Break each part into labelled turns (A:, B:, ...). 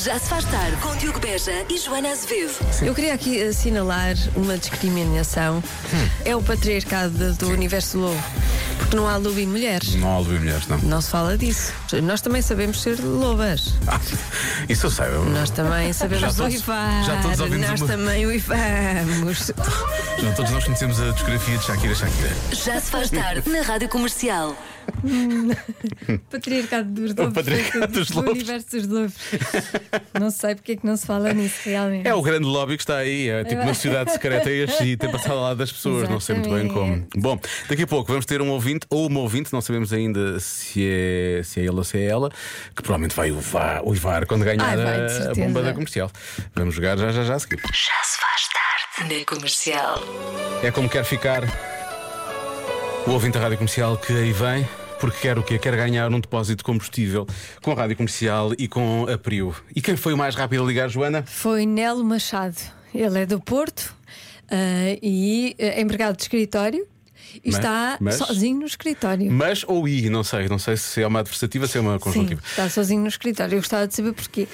A: Já se faz tarde com Diogo Beja e Joana Azevedo.
B: Eu queria aqui assinalar uma discriminação. É o patriarcado do universo lobo. Porque não há lobo e mulheres.
C: Não há lobo e mulheres, não.
B: Não se fala disso. Nós também sabemos ser lobas.
C: Ah, isso eu sei. eu-
B: Nós também sabemos
C: Já todos-
B: uivar.
C: já todos ouvimos
B: Nós
C: uma-
B: também uivamos.
C: já todos nós conhecemos a discografia de Shakira Shakira.
A: Já se faz tarde na Rádio Comercial.
B: patriarcado dos lobos.
C: patriarcado dos
B: do
C: lobos.
B: universo dos lobos. Não sei porque é que não se fala nisso realmente.
C: É o grande lobby que está aí, é tipo uma sociedade secreta e este- e tem passado ao lado das pessoas, não sei muito bem como. Bom, daqui a pouco vamos ter um ouvinte ou uma ouvinte, não sabemos ainda se é, se é ele ou se é ela, que provavelmente vai uivar, uivar quando ganhar
B: Ai, vai, de
C: a, a
B: certeza.
C: bomba da comercial. Vamos jogar já, já, já a seguir.
A: Já se faz tarde na Comercial.
C: É como quer ficar o ouvinte da rádio comercial que aí vem, porque quer o quê? Quer ganhar um depósito de combustível com a rádio comercial e com a Priu. E quem foi o mais rápido a ligar, Joana?
B: Foi Nelo Machado. Ele é do Porto ah, e é empregado de escritório e
C: Mas-
B: está
C: mas-
B: sozinho no escritório.
C: Mas ou I, não sei, não sei se é uma adversativa, se é uma
B: Sim,
C: conjuntiva.
B: está sozinho no escritório. Eu gostava de saber porquê.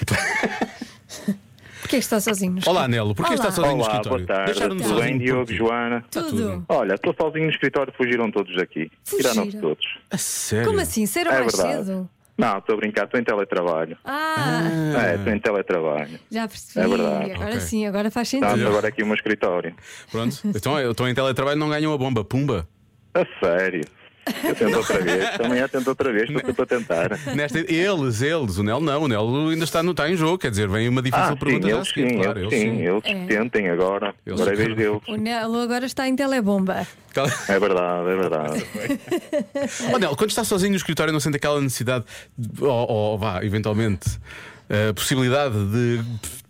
B: porquê que está sozinho no
C: Olá,
B: escritório?
C: Nelo, porquê
B: Olá.
C: está sozinho no
D: Olá,
C: escritório?
D: boa tarde.
C: Deixaram-nos
D: Tudo bem,
C: sozinho,
D: Diogo,
C: porquê?
D: Joana?
B: Tudo.
D: Olha, estou sozinho no escritório, fugiram todos daqui.
B: Fugiram?
D: Tiraram-se todos.
C: A sério?
B: Como assim? Saíram
D: é
B: mais
D: verdade.
B: cedo?
D: Não, estou a brincar, estou em teletrabalho.
B: Ah,
D: É, estou em teletrabalho.
B: já percebi.
D: É verdade. Tá.
B: agora
C: Ok.
B: sim, agora faz sentido.
D: Estamos agora aqui no meu escritório.
B: assim?
C: Pronto, então eu estou em teletrabalho não ganham a bomba, pumba.
D: A sério. Eu tento outra vez, também eu tento outra vez, estou sempre a tentar.
C: Nesta, eles, eles, o Nelo não, o Nelo ainda está, no, está em jogo, quer dizer, vem uma difícil
D: Ah,
C: pergunta
D: sim,
C: já a
D: eles
C: seguir,
D: sim,
C: claro,
D: eles
C: eles
D: sim, eles
B: É.
D: tentem agora.
C: Eles
D: Agora é vez deles.
B: O Nelo agora está em telebomba.
C: Tele-
D: É verdade, é verdade.
C: Ó, Nel, quando está sozinho no escritório não sente aquela necessidade, de- ou, ou vá, eventualmente, a possibilidade de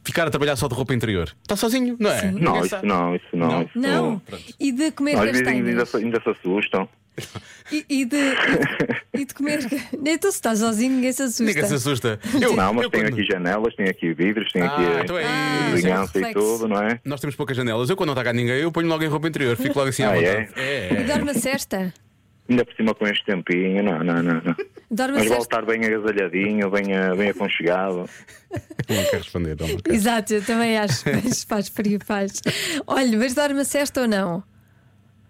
C: ficar a trabalhar só de roupa interior. Está sozinho, não é? Ninguém
D: Não, isso
C: sabe.
D: não, isso não.
C: Não?
D: Isso
B: Não?
C: Oh,
B: E de comer
D: Não, Os vizinhos ainda,
B: castanhas.
D: se- ainda se assustam.
B: E, e de, e de- e de comer. Então, se está sozinho, ninguém se assusta.
C: Ninguém se assusta. Eu,
D: Não, mas
C: eu
D: tem
C: quando-
D: aqui janelas, tem aqui vidros, tem aqui
C: Ah, então é
D: a
C: isso.
D: vizinhança e
B: reflexo.
D: tudo, não é?
C: Nós temos poucas janelas. Eu, quando não está cá ninguém, eu ponho logo em roupa interior. Fico logo assim à
D: Ah, é?
C: vontade. É,
B: E
C: é.
B: dorme a cesta.
D: Ainda por cima com este tempinho, não, não, não. não.
B: Dorme a
D: Mas vale
B: cesta.
D: estar bem agasalhadinho, bem, ah, bem aconchegado.
C: Não quer responder. Não, não quer.
B: Exato, eu também acho. Mas faz frio, faz. Olha, mas dorme a cesta ou não?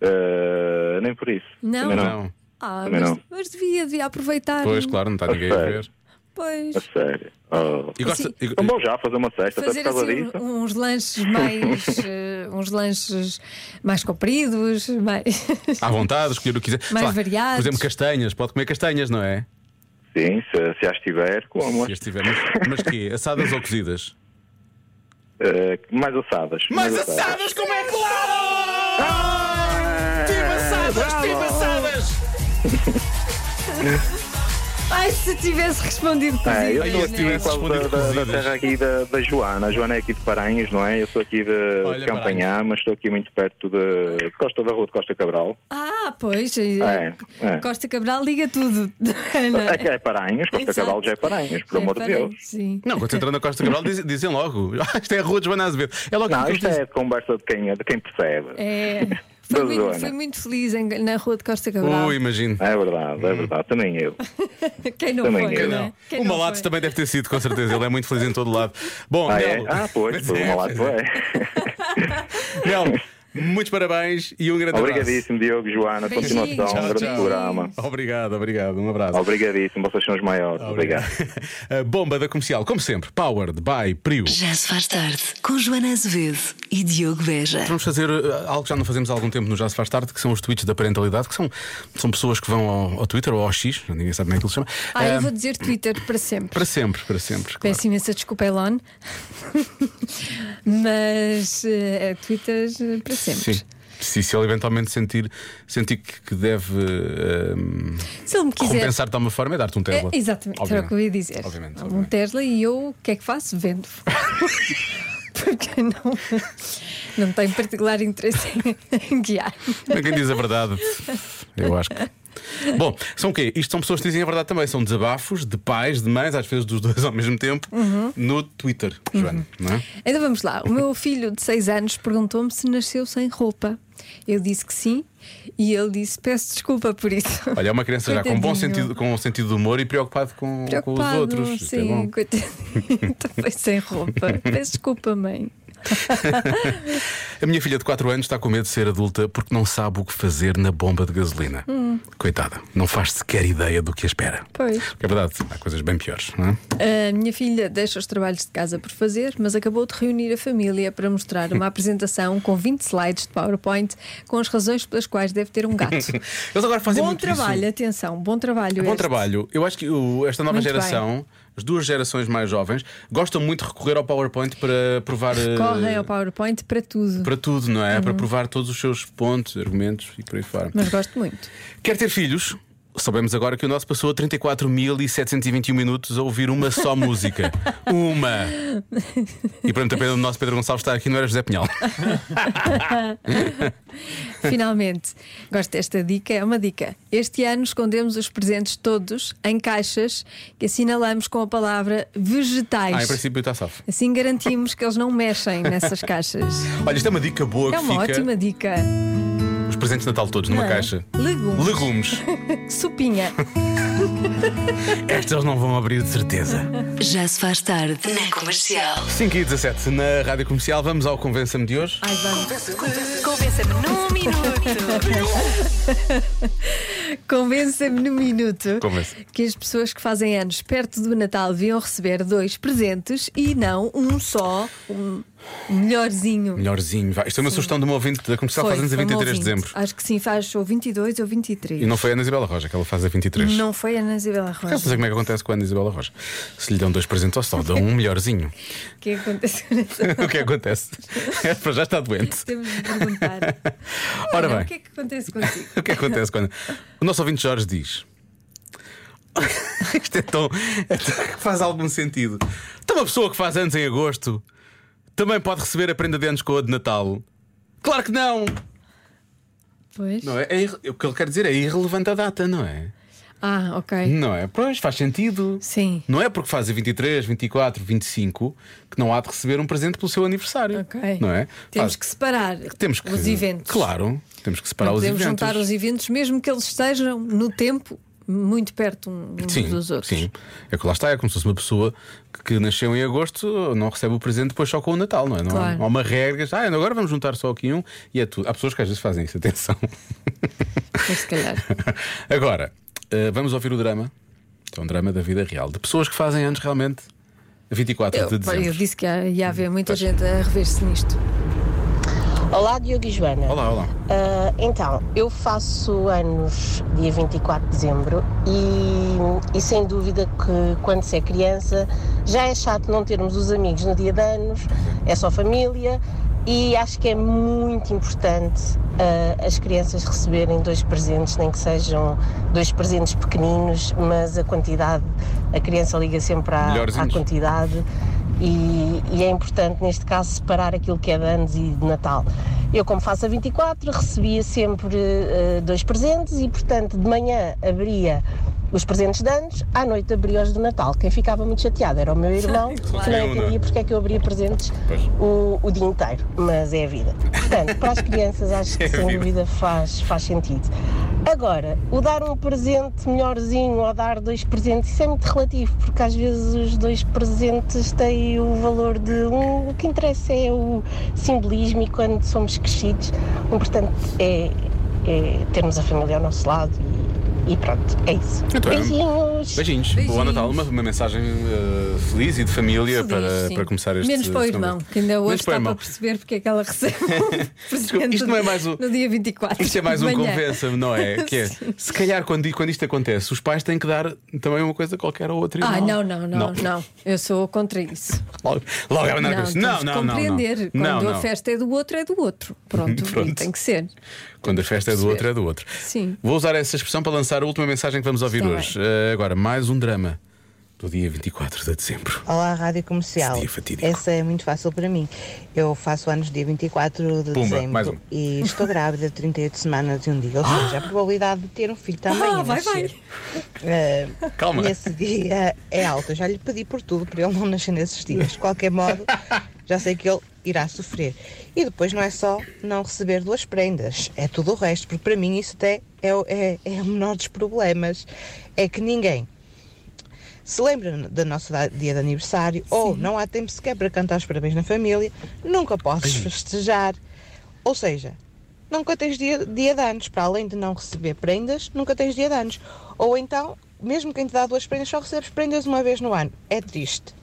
D: Ah, nem por isso.
B: Não?
D: Também não.
C: Não.
B: Ah,
D: Também
B: mas,
D: não.
B: mas devia, devia aproveitar.
C: Pois, claro, não está ninguém a ver.
B: Pois.
D: A sério. Oh.
C: E gosta.
B: Assim-
C: e-
D: Então vou já fazer uma cesta, até por
B: Fazer
D: causa
B: assim
D: disso.
B: um- uns lanches mais. eh, uns lanches mais compridos, mais.
C: À vontade, escolher o que quiser. Sei
B: Mais
C: lá,
B: variados.
C: Por exemplo, castanhas. Pode comer castanhas, não é?
D: Sim, se, se as tiver, como Ah,
C: Se as tiver. Mas, mas quê? Assadas ou cozidas?
D: mais assadas.
C: Mais assadas, como é claro! Tive
B: é.
C: assadas, tive assadas!
B: Ai, se tivesse respondido
D: É,
B: cozido,
D: eu sou
C: se
B: né?
D: aqui
C: tivesse
D: por causa
C: respondido
D: da, da
C: cozidas.
D: terra aqui da, da Joana. A Joana é aqui de Paranhos, não é? Eu sou aqui de
C: Olha,
D: Campanhã, mas estou aqui muito perto de Costa da Rua de Costa Cabral.
B: Ah, pois.
D: É, é.
B: Costa Cabral liga tudo. Não
D: É que é Paranhos, Costa
B: Exato.
D: Cabral já é Paranhos, por
B: É,
D: amor de
B: parei,
D: Deus.
B: Sim.
C: Não, quando entra na Costa Cabral, diz- dizem logo. Ah, isto é a rua de Joana Azevedo. É logo
D: Não,
C: que eles
D: isto
C: dizem.
D: é conversa de quem, de quem percebe. É,
B: É. Foi
D: Da
B: muito,
D: zona.
B: fui muito feliz em- na rua de Costa Cabral.
C: Ui, imagino.
D: verdade, é verdade. Também eu.
B: Quem não
D: Também
B: foi,
D: eu.
B: né?
C: Não.
B: Quem
C: O
B: não
C: Malato
B: foi?
C: também deve ter sido, com certeza. Ele é muito feliz em todo lado. Bom,
D: Ah, é?
C: Nelo,
D: Ah, pois, por uma lado é.
C: Nelo, muitos parabéns e um grande
D: Obrigadíssimo, Diogo, Joana.
B: Beijinho.
D: Continuação,
B: Tchau,
D: um grande
C: tchau.
D: programa.
C: abraço. Obrigado, obrigado. Um abraço.
D: Obrigadíssimo, vocês são os maiores. Obrigado.
C: A bomba da comercial, como sempre, powered by Priu.
A: Já se faz tarde com Joana Azevedo e Diogo Beja.
C: Vamos fazer uh, algo que já não fazemos há algum tempo no Já Se Faz Tarde, que são os tweets da parentalidade, que são, são pessoas que vão ao, ao Twitter ou ao X, ninguém sabe como é que ele se chama.
B: Ah, eu
C: Ah,
B: vou dizer Twitter para sempre.
C: Para sempre, para sempre. claro.
B: Peço imensa desculpa, Elon. Mas eh, é Twitter eh, para sempre.
C: Sim. Se, se ele eventualmente sentir, sentir que, que deve ehm,
B: Se ele me quiser.
C: compensar de alguma forma, é dar-te um Tesla.
B: É, exatamente, era o que eu ia dizer.
C: Obviamente,
B: Há Um
C: obviamente.
B: Tesla e eu o que é que faço? Vendo. Porque não, não tenho particular interesse em, em guiar.
C: Mas Quem diz a verdade, eu acho que Bom, são o quê? Isto são pessoas que dizem a verdade também. São desabafos de pais, de mães, às vezes dos dois ao mesmo tempo,
B: Uhum.
C: no Twitter, Joana. Não é?
B: Então vamos lá. O meu filho de 6 anos perguntou-me se nasceu sem roupa. Eu disse que sim e ele disse: Peço desculpa por isso.
C: Olha, é uma criança já com bom
B: Coitadinho.
C: sentido, com um sentido de humor e preocupado com, com os
B: Preocupado,
C: outros. Isto é
B: Sim,
C: bom.
B: coitadinho. Foi sem roupa. Peço desculpa, mãe.
C: A minha filha de 4 anos está com medo de ser adulta porque não sabe o que fazer na bomba de gasolina. Coitada, não faz sequer ideia do que a espera.
B: Hum. Pois.
C: Porque é verdade, há coisas bem piores, não é?
B: A minha filha deixa os trabalhos de casa por fazer, mas acabou de reunir a família para mostrar uma apresentação com 20 slides de PowerPoint com as razões pelas quais deve ter um gato.
C: Eles agora fazem
B: bom
C: muito
B: trabalho,
C: isso. É
B: atenção, bom trabalho.
C: Bom
B: este.
C: trabalho. Eu acho que o- esta nova
B: Muito
C: geração, as duas gerações mais jovens, gostam muito de recorrer ao PowerPoint para provar. eh,
B: Correm ao Uhum. PowerPoint para tudo,
C: Para tudo, não é? Para provar todos os seus pontos, argumentos e por aí fora.
B: mas gosto muito.
C: Quer ter filhos? Sabemos agora que o nosso passou 34.721 minutos a ouvir uma só música. Uma! E pronto, a pena do nosso Pedro Gonçalves estar aqui não era José Pinhal.
B: Finalmente, gosto desta dica, é uma dica. Este ano escondemos os presentes todos em caixas que assinalamos com a palavra
C: Ah, em
B: vegetais.
C: princípio está safo.
B: assim garantimos que eles não mexem nessas caixas.
C: Olha, isto é uma dica boa
B: É
C: que
B: uma
C: fica.
B: ótima dica.
C: Os presentes de Natal todos numa
B: Não é?
C: caixa.
B: Legumes.
C: Legumes.
B: Supinha.
C: Estes eles não vão abrir de certeza.
E: Já se faz tarde na comercial.
C: 5 e 17 na Rádio Comercial, vamos ao Convença-me de hoje.
B: Ai, vamos.
A: Convença-me num minuto.
B: Convença-me no minuto
C: Convença.
B: que as pessoas que fazem anos perto do Natal deviam receber dois presentes e não um só, um melhorzinho.
C: Melhorzinho, vai. Isto é uma sugestão de uma ouvinte da Comercial,
B: Foi,
C: faz anos a
B: foi um
C: 23 de
B: ouvinte.
C: dezembro.
B: Acho que sim, faz ou 22 ou 23.
C: E não foi a Ana Isabela Roja que ela faz a 23.
B: Não foi a Ana Isabela
C: Por acaso,
B: Rocha.
C: Não sei como é que acontece com a Ana Isabela Roja. Se lhe dão dois presentes ou só dão um melhorzinho.
B: O que aconteceu nessa?
C: o que acontece? É, para já está doente.
B: Temos de perguntar.
C: Ora
B: Ana,
C: bem.
B: O que é que acontece contigo?
C: O que acontece quando. O nosso ouvinte Jorge diz. Isto é tão. é tão- faz algum sentido. Então, uma pessoa que faz anos em agosto também pode receber a prenda de anos com a de Natal? Claro que não!
B: Pois.
C: não é? É irre- o que ele quer dizer é irrelevante a data, não é?
B: Ah, ok.
C: Não é? Pois, faz sentido.
B: Sim.
C: Não é porque faz a 23, 24, 25 que não há de receber um presente pelo seu aniversário.
B: Ok.
C: Não é?
B: Temos
C: Faz-
B: que separar
C: temos que-
B: os eventos.
C: Claro, temos que separar
B: Não
C: os
B: podemos
C: eventos.
B: juntar os eventos, mesmo que eles estejam no tempo muito perto um- uns
C: Sim,
B: dos outros.
C: sim. É que lá está, é como se fosse uma pessoa que, que nasceu em agosto, não recebe o presente depois só com o Natal, não é? Não há-
B: Claro.
C: há, uma regra, ah, agora vamos juntar só aqui um e é tudo. Há pessoas que às vezes fazem isso, atenção.
B: Mas É, se calhar.
C: agora, eh, vamos ouvir o drama. É um drama da vida real, de pessoas que fazem anos realmente a 24
B: Eu,
C: de
B: pá, eu
C: dezembro.
B: disse que ia, ia haver muita gente a rever-se nisto.
F: Olá, Diogo e Joana.
C: Olá, olá.
F: Ah, então, eu faço anos dia 24 de dezembro e, e sem dúvida que quando se é criança já é chato não termos os amigos no dia de anos, é só família e acho que é muito importante ah, as crianças receberem dois presentes, nem que sejam dois presentes pequeninos, mas a quantidade, a criança liga sempre à, à
C: Melhorzinhos.
F: quantidade e, e é importante neste caso separar aquilo que é de anos e de Natal. Eu, como faço a 24, recebia sempre eh, dois presentes e, portanto, de manhã abria os presentes de anos, à noite abria os de Natal. Quem ficava muito chateado era o meu irmão, que
C: Claro.
F: não entendia porque é que eu abria presentes o, o dia inteiro, mas é a vida. Portanto, para as crianças, acho que
C: É a
F: sem
C: vida.
F: dúvida faz, faz sentido. Agora, o dar um presente melhorzinho ou dar dois presentes, isso é muito relativo, porque às vezes os dois presentes têm o valor de um. O que interessa é o simbolismo e quando somos crescidos, o importante é, é termos a família ao nosso lado e, e pronto, é isso.
C: Então,
F: Beijinhos!
C: Beijinhos. Boa Natal, uma, uma mensagem eh, feliz e de família
B: Feliz,
C: para,
B: sim.
C: para começar este
B: Menos para o
C: este
B: irmão,
C: momento.
B: que ainda hoje
C: Menos para o
B: está para
C: irmão.
B: perceber porque é que ela recebe um presente
C: Isto não é mais um-
B: no dia 24.
C: Isto é mais
B: de
C: um
B: manhã.
C: convença-me, não é? Que é,
B: Sim.
C: se calhar quando, quando isto acontece, os pais têm que dar também uma coisa qualquer a outra.
B: Ah,
C: irmão.
B: não, não, não, não, Eu sou contra isso.
C: Logo, logo é
B: Não,
C: banana
B: temos de
C: com isso. não, não, não,
B: compreender.
C: não.
B: Quando
C: não,
B: a
C: não.
B: festa é do outro, é do outro. Pronto,
C: Pronto.
B: e tem que ser.
C: Quando a festa é do outro, é do outro.
B: Sim.
C: Vou usar essa expressão para lançar a última mensagem que vamos ouvir
B: Está
C: hoje. Eh, agora, mais um drama do dia 24 de dezembro.
G: Olá, Rádio Comercial.
C: Esse dia fatídico.
G: Essa é muito fácil para mim. Eu faço anos dia 24 de
C: Pumba,
G: dezembro
C: mais um. Ah!
G: e estou grávida de 38 semanas e um dia. Ou seja, a probabilidade de ter um filho também
B: Ah,
G: a
B: vai, vai.
G: nascer. Eh,
C: Calma.
G: Nesse dia é alto. Eu já lhe pedi por tudo para ele não nascer nesses dias. De qualquer modo, já sei que ele irá sofrer. E depois não é só não receber duas prendas, é tudo o resto, porque para mim isso até é, o- é- é o menor dos problemas. É que ninguém se lembra do nosso da- dia de aniversário ou não há tempo sequer para cantar os parabéns na família, nunca podes
C: é.
G: festejar. Ou seja, nunca tens dia, dia de anos. Para além de não receber prendas, nunca tens dia de anos. Ou então, mesmo quem te dá duas prendas, só recebes prendas uma vez no ano. É triste.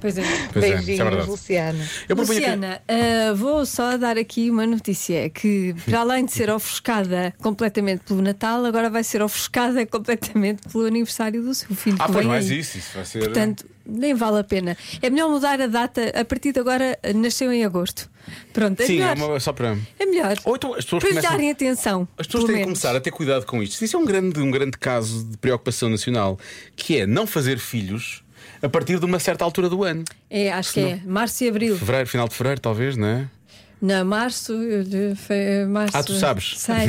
B: Pois é.
C: Pois é, isso é
G: Beijinhos,
C: verdade.
G: Luciana.
C: Eu proponho que-
B: Luciana, ah, vou só dar aqui uma notícia: é que para além de ser ofuscada completamente pelo Natal, agora vai ser ofuscada completamente pelo aniversário do seu filho.
C: Ah,
B: que
C: pois
B: vem
C: mais
B: aí.
C: isso, é isso vai ser.
B: Portanto, nem vale a pena. É melhor mudar a data. A partir de agora, eh, nasceu em agosto. Pronto, é
C: Sim, é
B: melhor.
C: uma- só para.
B: É melhor.
C: Ou então as pessoas
B: para lhe
C: começam-
B: darem atenção.
C: As pessoas
B: pelo
C: têm que
B: menos.
C: começar a ter cuidado com isto. Isso é um grande, um grande caso de preocupação nacional, que é não fazer filhos a partir de uma certa altura do ano.
B: É, acho que é. Março e abril.
C: Fevereiro, final de fevereiro, talvez, não é?
B: Não, março. eh, fe- março.
C: Ah, tu sabes.
B: Sei,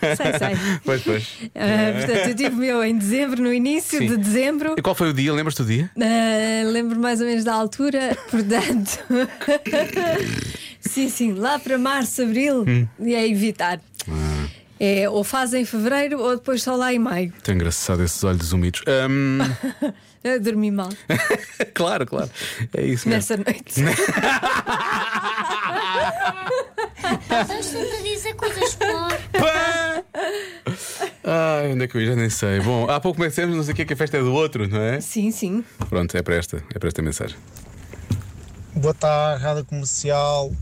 B: sei. sei, sei.
C: Pois, pois.
B: Ah, portanto, eu tive o meu em dezembro, no início
C: Sim.
B: de dezembro.
C: E qual foi o dia? Lembras-te do dia?
B: Ah, lembro mais ou menos da altura, portanto. sim, sim, lá para março, abril,
C: Hum.
B: e é evitar.
C: Ah.
B: É, ou faz em fevereiro ou depois só lá em maio.
C: Tão engraçado esses olhos úmidos. Hum,
B: Eu dormi mal
C: claro, claro. É isso mesmo.
B: nessa noite.
C: Né?
H: Estamos sempre a dizer coisas fortes.
C: Pá! Ai, onde é que eu ia? Já nem sei. Bom, há pouco começamos, não sei o que, que a festa é do outro, não é?
B: Sim, sim.
C: Pronto, é para esta, é para esta mensagem.
I: Boa tarde, Rádio Comercial.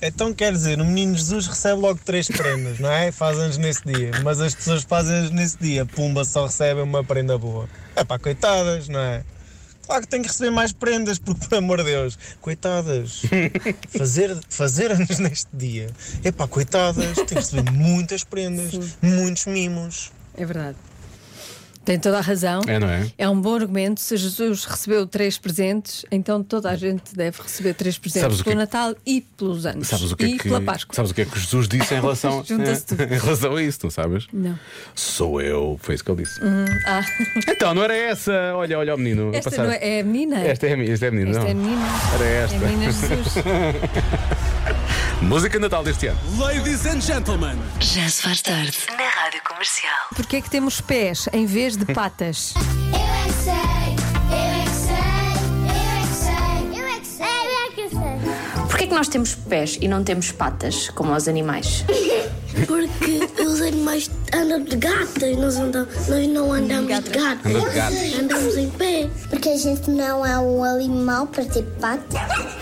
I: Então quer dizer, o menino Jesus recebe logo três prendas, não é? Faz anos nesse dia. Mas as pessoas que fazem anos nesse dia, pumba, só recebem uma prenda boa. É pá, coitadas, não é? Claro que tem que receber mais prendas, porque por amor de Deus, coitadas. Fazer, fazer anos neste dia. É pá, coitadas, tem que receber muitas prendas, muitos mimos.
B: É verdade. Tem toda a razão.
C: É, não é?
B: um bom argumento. Se Jesus recebeu três presentes, então toda a gente deve receber três
C: Sabes
B: presentes
C: o
B: pelo
C: que-
B: Natal e pelos anos.
C: Sabes o que
B: e
C: é que,
B: pela Páscoa.
C: sabes o que, é que Jesus disse em relação,
B: Junta-se tudo.
C: em relação a isso, não sabes?
B: Não.
C: Sou eu, foi isso que ele disse.
B: Ah,
C: Então, não era essa? Olha, olha o menino. a
B: esta
C: passar.
B: não é, é a menina?
C: Esta é a menina, esta é a menina,
B: Esta
C: não.
B: é a menina.
C: Era
B: É
C: esta.
B: a menina Jesus.
C: Música de Natal deste ano.
J: Ladies and gentlemen.
A: Já se faz tarde na Rádio Comercial.
B: Porquê é que temos pés em vez de patas?
H: Eu é que sei, eu é que sei, eu é que sei, eu é que sei, eu
K: Porquê é que nós temos pés e não temos patas, como os animais?
H: é que sei. Porque os animais andam de gato e nós, nós não andamos de gato.
C: Andam de gato.
H: Andamos em pé. Porque a gente não é um animal para ter patas.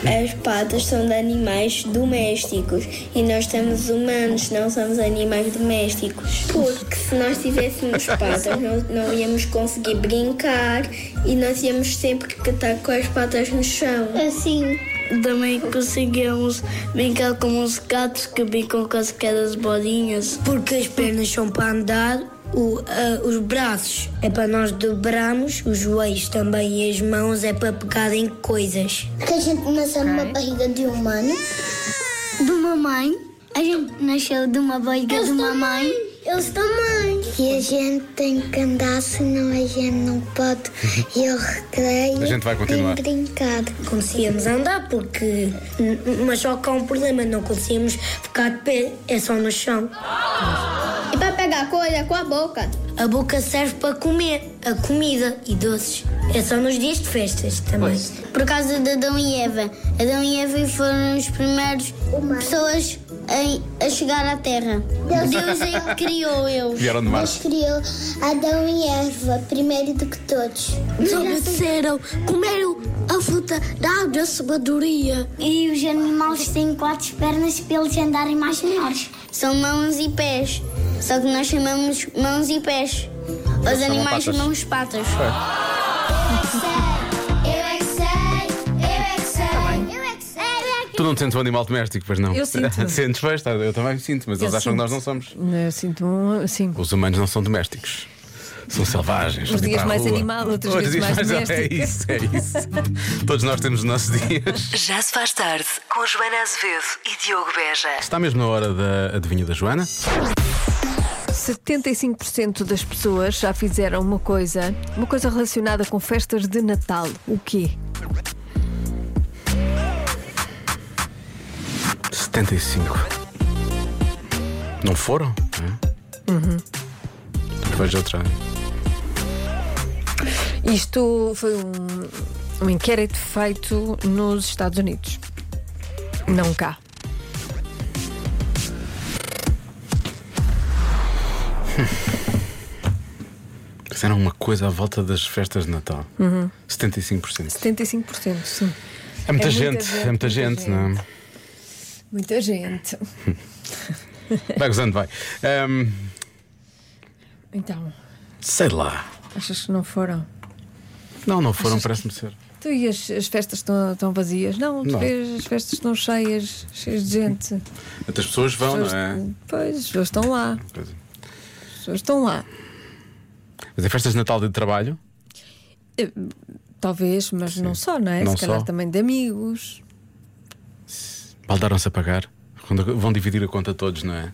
H: As patas são de animais domésticos e nós estamos humanos, não somos animais domésticos. Porque se nós tivéssemos patas, não, não íamos conseguir brincar e nós íamos sempre catar com as patas no chão. Assim. Também conseguimos brincar como os gatos que brincam com as quedas bolinhas. Porque as pernas são para andar o- ah, os braços é para nós dobrarmos, os joelhos também e as mãos é para pegar em coisas. Porque a gente nasceu numa barriga de humano, de uma mãe. A gente nasceu de uma barriga de uma mãe. Eles também. E a gente tem que andar, senão a gente não pode ir ao recreio.
C: A gente vai continuar.
H: e brincar. Conseguíamos andar porque. Mas só que há um problema, não conseguimos ficar de pé, é só no chão. E para pegar coisa com a boca? A boca serve para comer a comida e doces. É só nos dias de festas também. Por causa de Adão e Eva. Adão e Eva foram os primeiros pessoas a, chegar à Terra. Deus, é que criou eles.
C: Vieram de Marte.
H: Deus criou Adão e Eva, primeiro do que todos. Desobedeceram, comeram a fruta da árvore da sabedoria. E os animais têm quatro pernas para eles andarem mais menores. São mãos e pés, só que nós chamamos mãos e pés. Os
C: patas.
H: animais chamamos patas. Eu é que sei, eu é que sei, eu é que sei, eu é que
C: Tu não te sentes um animal doméstico, pois não?
B: Eu sinto-me.
C: sentes, pois, tá, eu também me sinto, mas
B: Eu
C: eles acham
B: sinto.
C: que nós não somos.
B: Eu sinto um. Sim.
C: Os humanos não são domésticos. são selvagens.
L: Uns
C: vão ir
L: dias
C: para a
L: mais
C: rua.
L: animal, outros
C: Outros
L: dias mais doméstico.
C: É isso, é isso. Todos nós temos os nossos dias.
A: Já se faz tarde com Joana Azevedo e Diogo Beja.
C: Está mesmo na hora da adivinha da Joana.
B: 75% das pessoas já fizeram uma coisa, uma coisa relacionada com festas de Natal. O quê?
C: 75. Não foram? É? Depois Vejo outra.
B: Isto foi um, um inquérito feito nos Estados Unidos. Não cá.
C: Fizeram uma coisa à volta das festas de Natal. 75%.
B: 75%, sim.
C: Uhum. É muita
B: muita
C: gente,
B: gente,
C: é muita
B: muita
C: gente,
B: gente.
C: não é?
B: Muita gente.
C: Vai gozando, vai. Ahm,
B: Então,
C: sei lá.
B: achas que não foram?
C: Não, não foram, parece-me ser.
B: Tu e as, as festas estão estão vazias? Não, tu
C: Não.
B: vês, as festas estão cheias, cheias de gente.
C: Muitas pessoas vão,
B: Pessoas-
C: não é?
B: Pois, as pessoas estão lá,
C: Coisa.
B: as pessoas estão lá.
C: Mas é festas de Natal de trabalho?
B: Talvez, mas não só, não é?
C: Não
B: Se calhar
C: só.
B: também de amigos.
C: Baldaram-se a pagar? Quando vão dividir a conta todos, não é?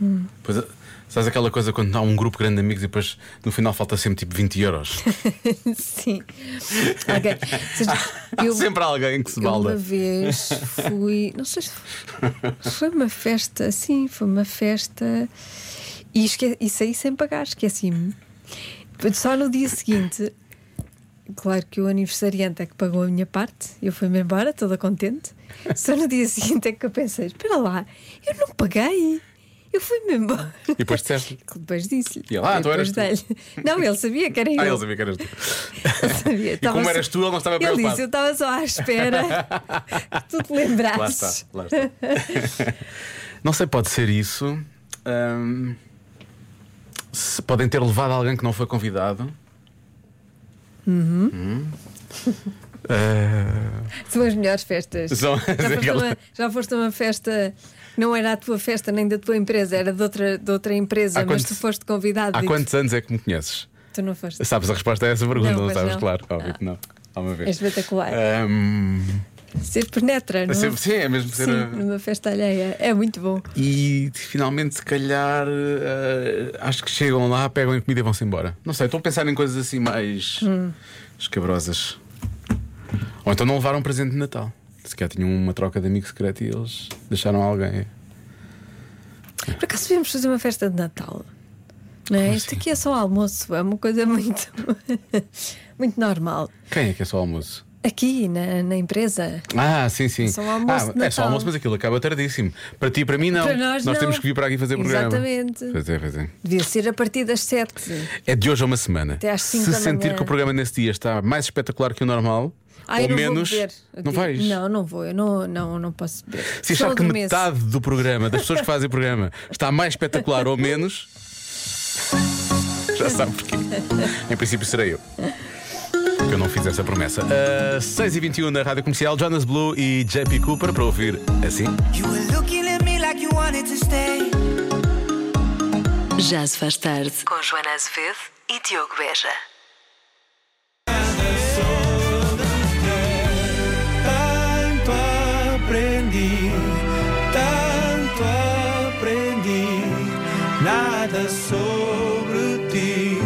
B: Hum.
C: Pois, sabes aquela coisa quando há um grupo grande de amigos e depois no final falta sempre tipo 20 euros?
B: Sim. ok.
C: Há
B: Eu-
C: sempre alguém que se
B: Eu
C: balda.
B: uma vez fui. Não sei se foi uma festa, sim, foi uma festa. E, esque, e saí sem pagar, esqueci-me. Só no dia seguinte, claro que o aniversariante é que pagou a minha parte, eu fui-me embora, toda contente. Só no dia seguinte é que eu pensei: espera lá, eu não paguei. Eu fui-me embora.
C: E depois disseste?
B: Depois disse-lhe.
C: E ele, "Ah, tu
B: Depois
C: eras tu."
B: dei-lhe. Não, ele sabia que era eu.
C: Ah, ele sabia que eras tu.
B: Ele sabia.
C: E
B: Estava
C: como
B: só-
C: eras tu, ele não estava
B: Ele
C: preocupado.
B: disse, eu estava só à espera que tu te lembrasses.
C: Lá está, lá está. Não sei, pode ser isso. Ahm, se podem ter levado alguém que não foi convidado.
B: Uhum.
C: Hum. Ah,
B: São as melhores festas.
C: São-
B: já, foste a uma, já foste a uma festa, não era a tua festa nem da tua empresa, era de outra, de outra empresa,
C: Há
B: mas
C: quantos-
B: tu foste convidado.
C: há
B: e
C: quantos anos é que me conheces?
B: Tu não foste.
C: Sabes a resposta a essa pergunta,
B: Não,
C: não,
B: pois
C: sabes?
B: não.
C: Claro, óbvio que não. Há uma
B: É
C: vez.
B: espetacular.
C: Ahm,
B: Ser penetra, não é?
C: sempre- sim, é mesmo ser.
B: Sim,
C: a-
B: numa festa alheia. É muito bom.
C: E finalmente, se calhar, eh, acho que chegam lá, pegam a comida e vão-se embora. Não sei, estou a pensar em coisas assim mais escabrosas. Ou então não levaram presente de Natal. Se calhar tinham uma troca de amigo secreto e eles deixaram alguém.
B: Por acaso devíamos fazer uma festa de Natal? Não é?
C: assim?
B: Isto aqui é só almoço, é uma coisa muito, muito normal.
C: Quem é que é só almoço?
B: Aqui, na, na empresa.
C: Ah, sim, sim.
B: É só almoço de
C: ah, é só
B: Natal.
C: almoço, mas aquilo acaba tardíssimo. Para ti e para mim, não.
B: Para nós, não.
C: temos que vir para aqui fazer programa.
B: Exatamente.
C: Pois é, pois é.
B: Devia ser a partir das sete.
C: É de hoje a uma semana.
B: Até às cinco
C: Se
B: da
C: sentir
B: manhã.
C: que o programa nesse dia está mais espetacular que o normal,
B: Ah,
C: ou
B: eu não
C: menos,
B: Vou beber. Eu
C: não
B: digo,
C: vais.
B: Não, não vou, eu não, não, não posso beber.
C: Se
B: Só
C: achar que
B: adormeço.
C: metade do programa, das pessoas que fazem o programa, está mais espetacular ou menos, já sabe porquê. Em princípio serei eu. Porque eu não fiz essa promessa. Ah, 6h21 na Rádio Comercial, Jonas Blue e JP Cooper para ouvir assim.
A: Já se faz tarde com Joana Azevedo e Diogo Beja.
I: Tanto aprendi, tanto aprendi, nada sobre ti,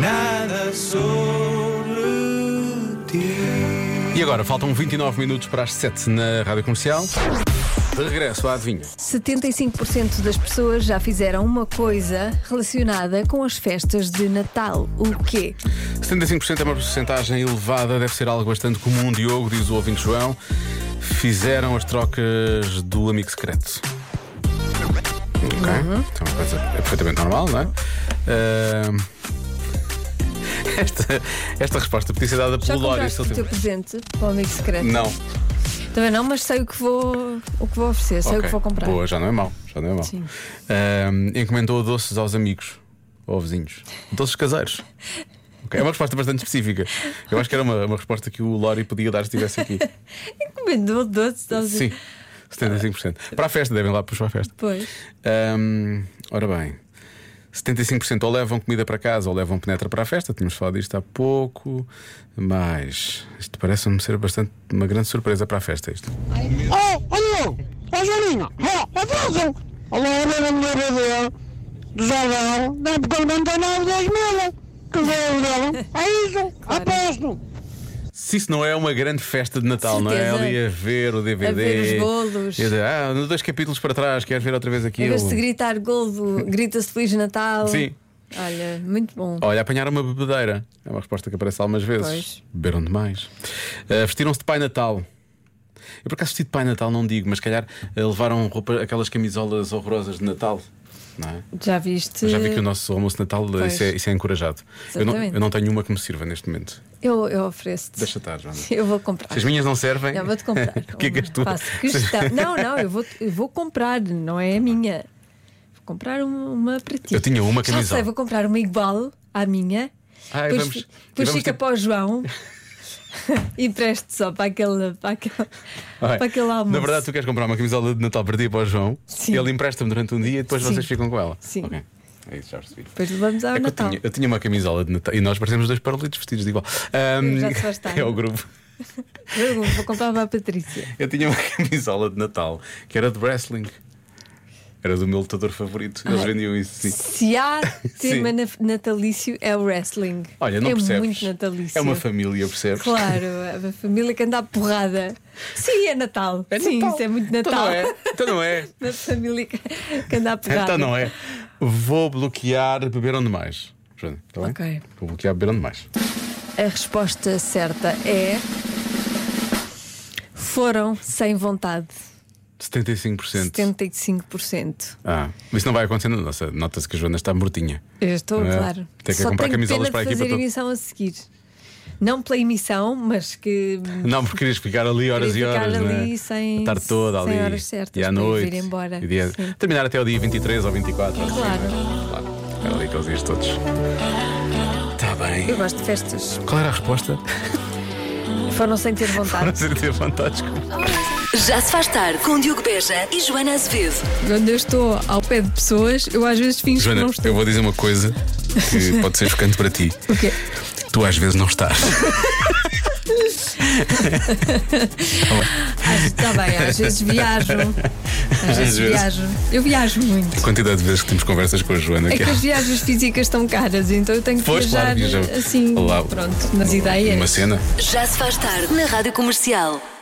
I: nada sobre ti.
C: E agora, faltam 29 minutos para as 7 na Rádio Comercial. De regresso à adivinha.
B: 75% das pessoas já fizeram uma coisa relacionada com as festas de Natal. O quê?
C: 75% é uma porcentagem elevada, deve ser algo bastante comum, Diogo, diz o ouvinte João. Fizeram as trocas do amigo secreto.
B: Uhum.
C: Ok? Então, é uma coisa é perfeitamente normal, não é? Ahm, esta, esta resposta podia ser dada
B: Já
C: pelo Lório.
B: compraste
C: se
B: o
C: ele
B: teu
C: tivesse-
B: presente para o amigo secreto?
C: Não.
B: Também não, mas sei o que vou, o que vou oferecer, sei o
C: Ok.
B: que vou comprar.
C: Boa, já não é mau. Já não é mau.
B: Sim.
C: Ahm, encomendou doces aos amigos ou vizinhos. Doces caseiros. Ok, É uma resposta bastante específica. Eu acho que era uma, uma resposta que o Lório podia dar se estivesse aqui.
B: Encomendou doce, estás a dizer?
C: Sim, 75%. Para a festa, devem lá puxar a festa.
B: Pois.
C: Ahm, ora bem, 75% ou levam comida para casa ou levam penetra para a festa. Tínhamos falado disto há pouco, mas isto parece-me ser bastante uma grande surpresa para a festa. Isto.
M: Oh, olha ó Joaninho, ó, atrasam! Olha a minha mulher do Jordão, dá para 99, 10 mil, que veio é isso, aposto!
C: Se isso não é uma grande festa de Natal, não é?
B: Certeza.
C: Ali a ver o DVD.
B: A ver os bolos.
C: E a dizer, ah, no dois capítulos para trás, quero ver outra vez
B: Em
C: aquilo.
B: vez de gritar Goldo, grita-se Feliz Natal.
C: Sim.
B: Olha, muito bom.
C: Olha, apanharam uma bebedeira. É uma resposta que aparece algumas vezes.
B: Pois.
C: Beberam demais. Ah, Vestiram-se de Pai Natal. Eu por acaso vestido de Pai Natal não digo, mas se calhar ah, levaram roupa- aquelas camisolas horrorosas de Natal. Não é?
B: Já viste?
C: Eu Já vi que o nosso almoço de Natal ah, isso é,
B: Pois.
C: isso é encorajado. Eu não,
B: Exatamente.
C: eu não tenho uma que me sirva neste momento.
B: Eu, eu ofereço-te.
C: Deixa estar, Joana.
B: Eu vou comprar.
C: Se as minhas não servem,
B: Não, vou-te comprar.
C: o que é que és tu?
B: Faço questão. Não, não, eu vou, eu vou comprar, não é a minha. Vou comprar uma, uma para ti.
C: Eu tinha uma
B: Já
C: camisola.
B: sei, vou comprar uma igual à minha.
C: Ah, e
B: depois
C: vamos-
B: fi-
C: e
B: depois
C: vamos
B: fica
C: ter-
B: para o João. e preste só para aquele, para aquele,
C: Olha,
B: para aquele almoço.
C: Na verdade, tu queres comprar uma camisola de Natal para ti e para o João,
B: Sim.
C: ele empresta-me durante um dia e depois
B: Sim.
C: vocês ficam com ela.
B: Sim.
C: Ok. É isso, já percebi.
B: Depois levamos ao
C: É que eu,
B: Natal.
C: tinha, eu tinha uma camisola de Natal e nós parecemos dois paralitos vestidos de igual. Ahm,
B: Já se faz tarde.
C: é o grupo.
B: Eu vou comprar para a Patrícia.
C: Eu tinha uma camisola de Natal que era de wrestling. Era do meu lutador favorito. Eles
B: Ai.
C: vendiam isso, sim.
B: Se há tema
C: Sim.
B: na- natalício, é o wrestling.
C: Olha, não
B: é
C: percebes.
B: muito natalício.
C: É uma família, percebes?
B: Claro, a família que anda à porrada. Sim, é Natal. Sim, isso é muito
C: Então não
B: Natal.
C: é. Então não é.
B: Uma família que que anda à porrada.
C: Então não é. Vou bloquear beberam demais. Joana, está bem?
B: Ok.
C: Vou bloquear beberam demais. é.
B: A resposta certa é. Foram sem vontade.
C: 75%.
B: 75%.
C: Ah, isso não vai acontecer na nossa. Nota-se que a Joana está mortinha.
B: Eu estou,
C: Não é?
B: claro.
C: Tem que
B: Só
C: comprar
B: tenho
C: camisolas
B: pena
C: para a
B: de
C: equipa
B: fazer
C: toda.
B: emissão a seguir. Não pela emissão, mas que.
C: Não, porque querias ficar ali horas
B: Queria
C: e
B: ficar
C: horas,
B: ali
C: não é?
B: sem-
C: a tarde toda
B: sem
C: ali.
B: horas certas
C: e
B: para
C: à
B: ir
C: noite.
B: vir embora.
C: e dia-
B: Sim.
C: Terminar até o dia 23 ou 24. ou assim,
B: Claro.
C: não é? Claro. Era ali aqueles dias todos. Está bem.
B: Eu gosto de festas.
C: Qual era a resposta?
B: Foram sem ter vontade.
C: Para ser ter fantástico.
A: Já se faz tarde com Diogo Beja e Joana Azevedo.
N: Quando eu estou ao pé de pessoas, eu às vezes finjo que
C: Joana,
N: não estou.
C: eu vou dizer uma coisa que pode ser chocante para ti.
N: O quê?
C: Tu às vezes não estás.
N: Está bem, às vezes viajo. Às vezes viajo. Eu viajo muito.
C: A quantidade de vezes que temos conversas com a Joana
N: É
C: que
N: que as viagens físicas estão caras, então eu tenho que
C: Pois, claro,
N: viajar
C: viajava.
N: assim,
C: Lá,
N: pronto, nas ideias.
C: Uma cena.
A: Já se faz tarde na Rádio Comercial.